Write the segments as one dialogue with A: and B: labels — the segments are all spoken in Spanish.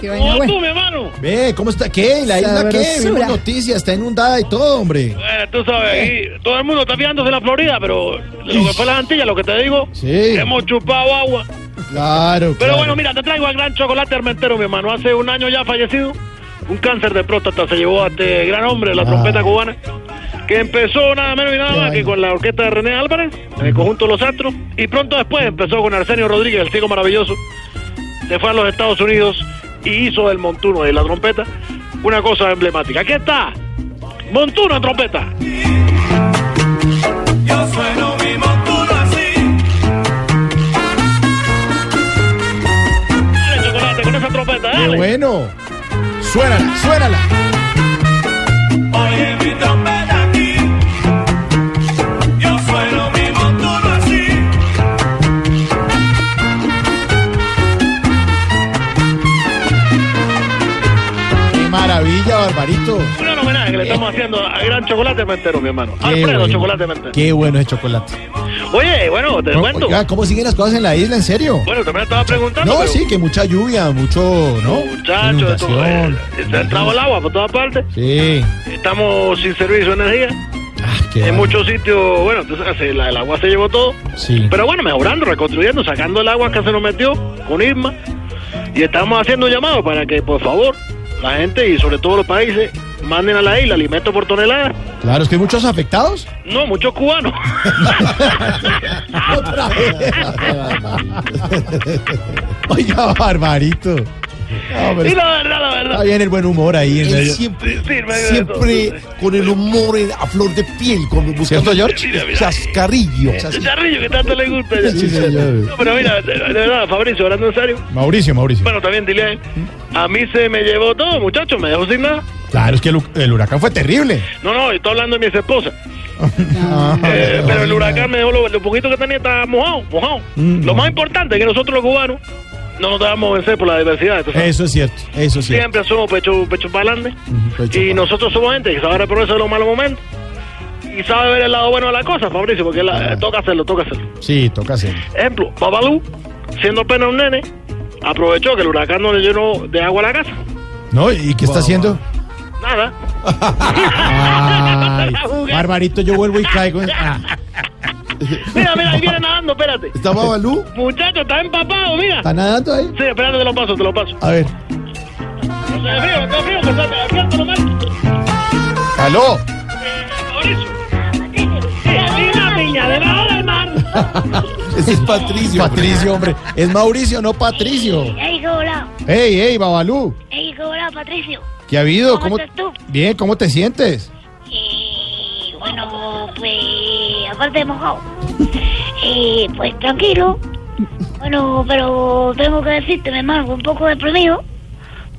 A: Dígame. tú, mi hermano.
B: Ve, ¿cómo está? ¿Qué? ¿La isla qué? Vimos noticias, está inundada y todo, hombre.
A: Bueno, tú sabes, aquí todo el mundo está viándose la Florida, pero lo que fue las Antillas, lo que te digo,
B: Sí.
A: hemos chupado agua.
B: Claro,
A: Pero
B: claro.
A: bueno, mira, te traigo al gran chocolate hermentero, mi hermano. Hace un año ya fallecido. Un cáncer de próstata se llevó a este gran hombre
B: Ah.
A: de la trompeta cubana. Que empezó nada menos y nada más que con la orquesta de René Álvarez, en el conjunto Los Astros. Y pronto después empezó con Arsenio Rodríguez, el chico maravilloso. Se fue a los Estados Unidos y hizo del montuno de la trompeta una cosa emblemática. Aquí está, montuno en trompeta.
C: Yo sueno mi montuno así.
A: Dale, chocolate, con esa trompeta,
B: Qué
A: dale.
B: bueno. Suénala, suénala.
C: Oye mi trompeta aquí. Yo sueno mi montuno así.
B: Qué maravilla, Barbarito.
A: Un gran homenaje que le estamos haciendo al gran chocolate hermentero, mi hermano.
B: Eh. Qué
A: Alfredo
B: bueno.
A: Chocolate Mentero.
B: Qué bueno es chocolate.
A: Oye, bueno, te cuento.
B: Oiga, ¿cómo siguen las cosas en la isla? ¿En serio?
A: Bueno, también estaba preguntando.
B: No,
A: pero,
B: sí, que mucha lluvia, mucho, ¿no?
A: Muchachos, esto,
B: Inundación.
A: eh, se ha entrado el agua por todas partes.
B: Sí.
A: Estamos sin servicio de energía.
B: Ah, qué
A: En
B: bueno.
A: muchos sitios, bueno, tú sabes, el, el agua se llevó todo.
B: Sí.
A: Pero bueno, mejorando, reconstruyendo, sacando el agua que se nos metió con Irma. Y estamos haciendo un llamado para que, por favor, la gente y sobre todo los países manden a la isla alimentos por tonelada.
B: Claro, es que hay muchos afectados.
A: No, muchos cubanos.
B: Otra vez. Oiga, Barbarito. No, hombre,
A: y la verdad, la verdad.
B: está bien el buen humor ahí en
D: Él
B: medio.
D: siempre,
A: Sí, me ayuda
D: siempre
A: todo.
D: con el humor en- a flor de piel, con buscando
B: ¿Cierto, George?
A: Mira, mira.
D: chascarrillo.
A: El charrillo que tanto le gusta.
B: Sí, señor.
A: No, pero mira, de de verdad, Fabricio, hablando en serio.
B: Mauricio, Mauricio.
A: Bueno, también dile a él. A mí se me llevó todo, muchacho, me dejó sin nada.
B: Claro, es que el, hu- el huracán fue terrible.
A: No, no, estoy hablando de mis esposas.
B: Ah,
A: Eh, pero el huracán me dejó lo, lo poquito que tenía, estaba mojado, mojado.
B: Mm.
A: Lo más importante es que nosotros los cubanos no nos dejamos vencer por la diversidad. tú sabes.
B: Eso es cierto, eso es cierto.
A: Siempre somos pecho, pecho para adelante.
B: Ujú, pecho
A: y
B: para-
A: nosotros somos gente que sabe aprovechar de los malos momentos. Y sabe ver el lado bueno de la cosa, Fabricio, porque la-
B: Ah.
A: toca hacerlo, toca hacerlo.
B: Sí, toca hacerlo.
A: Ejemplo, Babalú, siendo apenas un nene, aprovechó que el huracán no le llenó de agua a la casa.
B: ¿No? ¿Y qué está haciendo?
A: Nada.
B: Ay, Barbarito, yo vuelvo y caigo. en- Ah,
A: Mira, mira, ahí viene nadando, espérate.
D: ¿Está Babalú?
A: Muchacho, está empapado, mira.
B: ¿Está nadando ahí?
A: Sí, espérate, te lo paso, te lo paso.
B: A ver.
A: No se frío, no se frío, que está está frío, lo
B: ¡Aló!
A: Mauricio. Mira, piña, debajo del mar.
D: Ese es Patricio.
B: Patricio, hombre. Es Mauricio, no Patricio.
E: Ey, hijo, hola.
B: ¡Ey, ey, Babalú!
E: Ey, hijo, hola, Patricio.
B: ¿Qué ha habido?
E: ¿Cómo estás tú?
B: Bien, ¿cómo te sientes?
E: Eh, bueno, pues, aparte de mojado. Eh, pues tranquilo. Bueno, pero tengo que decirte, mi hermano, un poco deprimido.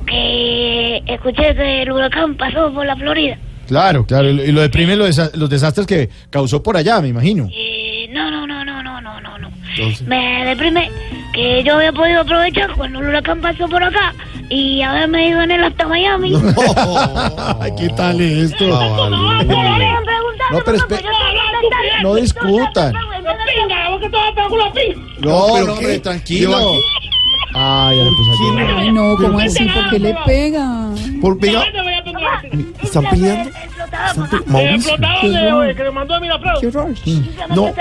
E: Que escuché que el huracán pasó por la Florida.
B: Claro, claro. Y lo deprime los, desa- los desastres que causó por allá, me imagino.
E: Eh, no, no, no, no, no, no, no, no. Me deprime que yo había podido aprovechar cuando el huracán pasó por acá y haberme ido en él hasta Miami.
B: ¿Qué tal esto?
E: No,
B: No, pero espe- no discutan. No,
D: pero
B: no, hombre,
D: ¿qué?
B: tranquilo.
D: Lleva-
B: Ay, ya le puse a llorar.
F: Ay, no, ¿cómo así? ¿Por qué le pega?
D: Por pega- ¿Están peleando? ¿Están pe- Mauricio,
A: oye, que me mandó a mi Alfredo.
F: Qué horror.
D: No.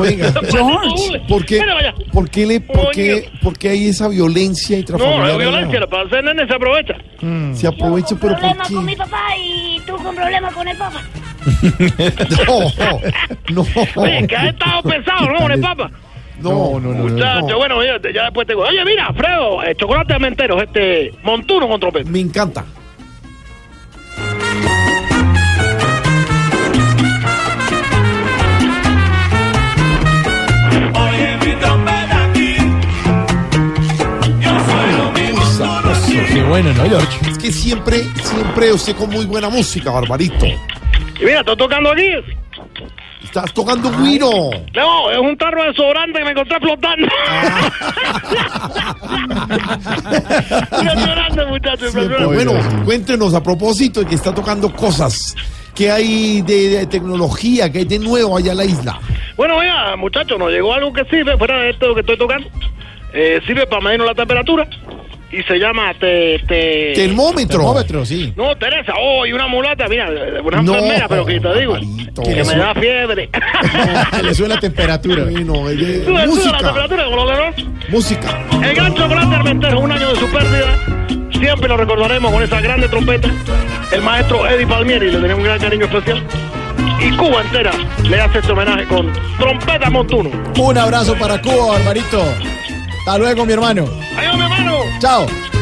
D: venga,
F: George,
D: ¿por qué,
A: Mira, vaya.
D: por qué, le, por qué, por qué hay esa violencia
A: No,
D: intrafamiliar?
A: la violencia, para hacer nene se aprovecha.
D: Se aprovecha,
E: con
D: pero ¿por
E: problemas
D: qué?
E: con mi papá y tú con problemas con el papá.
D: No,
A: Oye, que ha estado pesado, ¿no, con el papa?
D: no, no, no, no, no.
A: Muchacho, bueno, ya, ya después te digo. Oye, mira, Alfredo, eh, chocolate mentero, este montuno con trompeta.
D: Me encanta.
C: Oye mi trompeta aquí. Yo sueno mi montuno así.
B: Qué bueno, ¿no, George?
D: Es que siempre, siempre usted con muy buena música, Barbarito.
A: Y mira, estoy tocando aquí.
D: Estás tocando
B: Ah.
D: guiro.
A: No, es un tarro de sobrante que me encontré flotando. impresionante, muchacho,
D: Pero
A: impresionante.
D: bueno, cuéntenos a propósito de que está tocando cosas. ¿Qué hay de, de tecnología? ¿Qué hay de nuevo allá en la isla?
A: Bueno, mira, muchachos, nos llegó algo que sirve, fuera de esto que estoy tocando. Eh, sirve para medirnos la temperatura. y se llama te, te...
D: Termómetro.
B: Eh, Termómetro, sí.
A: No, Teresa, oh, y una mulata, mira, una
D: No,
A: enfermera, pero que te digo,
D: Alvarito.
A: que me da fiebre.
B: Se le sube la temperatura.
D: Ay, no, eh,
A: Sube, sube la
D: música.
A: temperatura, como lo demás.
D: Música.
A: El gran chocolate Armentero, un año de su pérdida. Siempre lo recordaremos con esa grande trompeta. El maestro Eddie Palmieri le tenía un gran cariño especial. Y Cuba entera le hace este homenaje con Trompeta Montuno.
B: Un abrazo para Cuba, Alvarito. Hasta luego, mi hermano.
A: ¡Adiós, mi hermano!
B: Chao.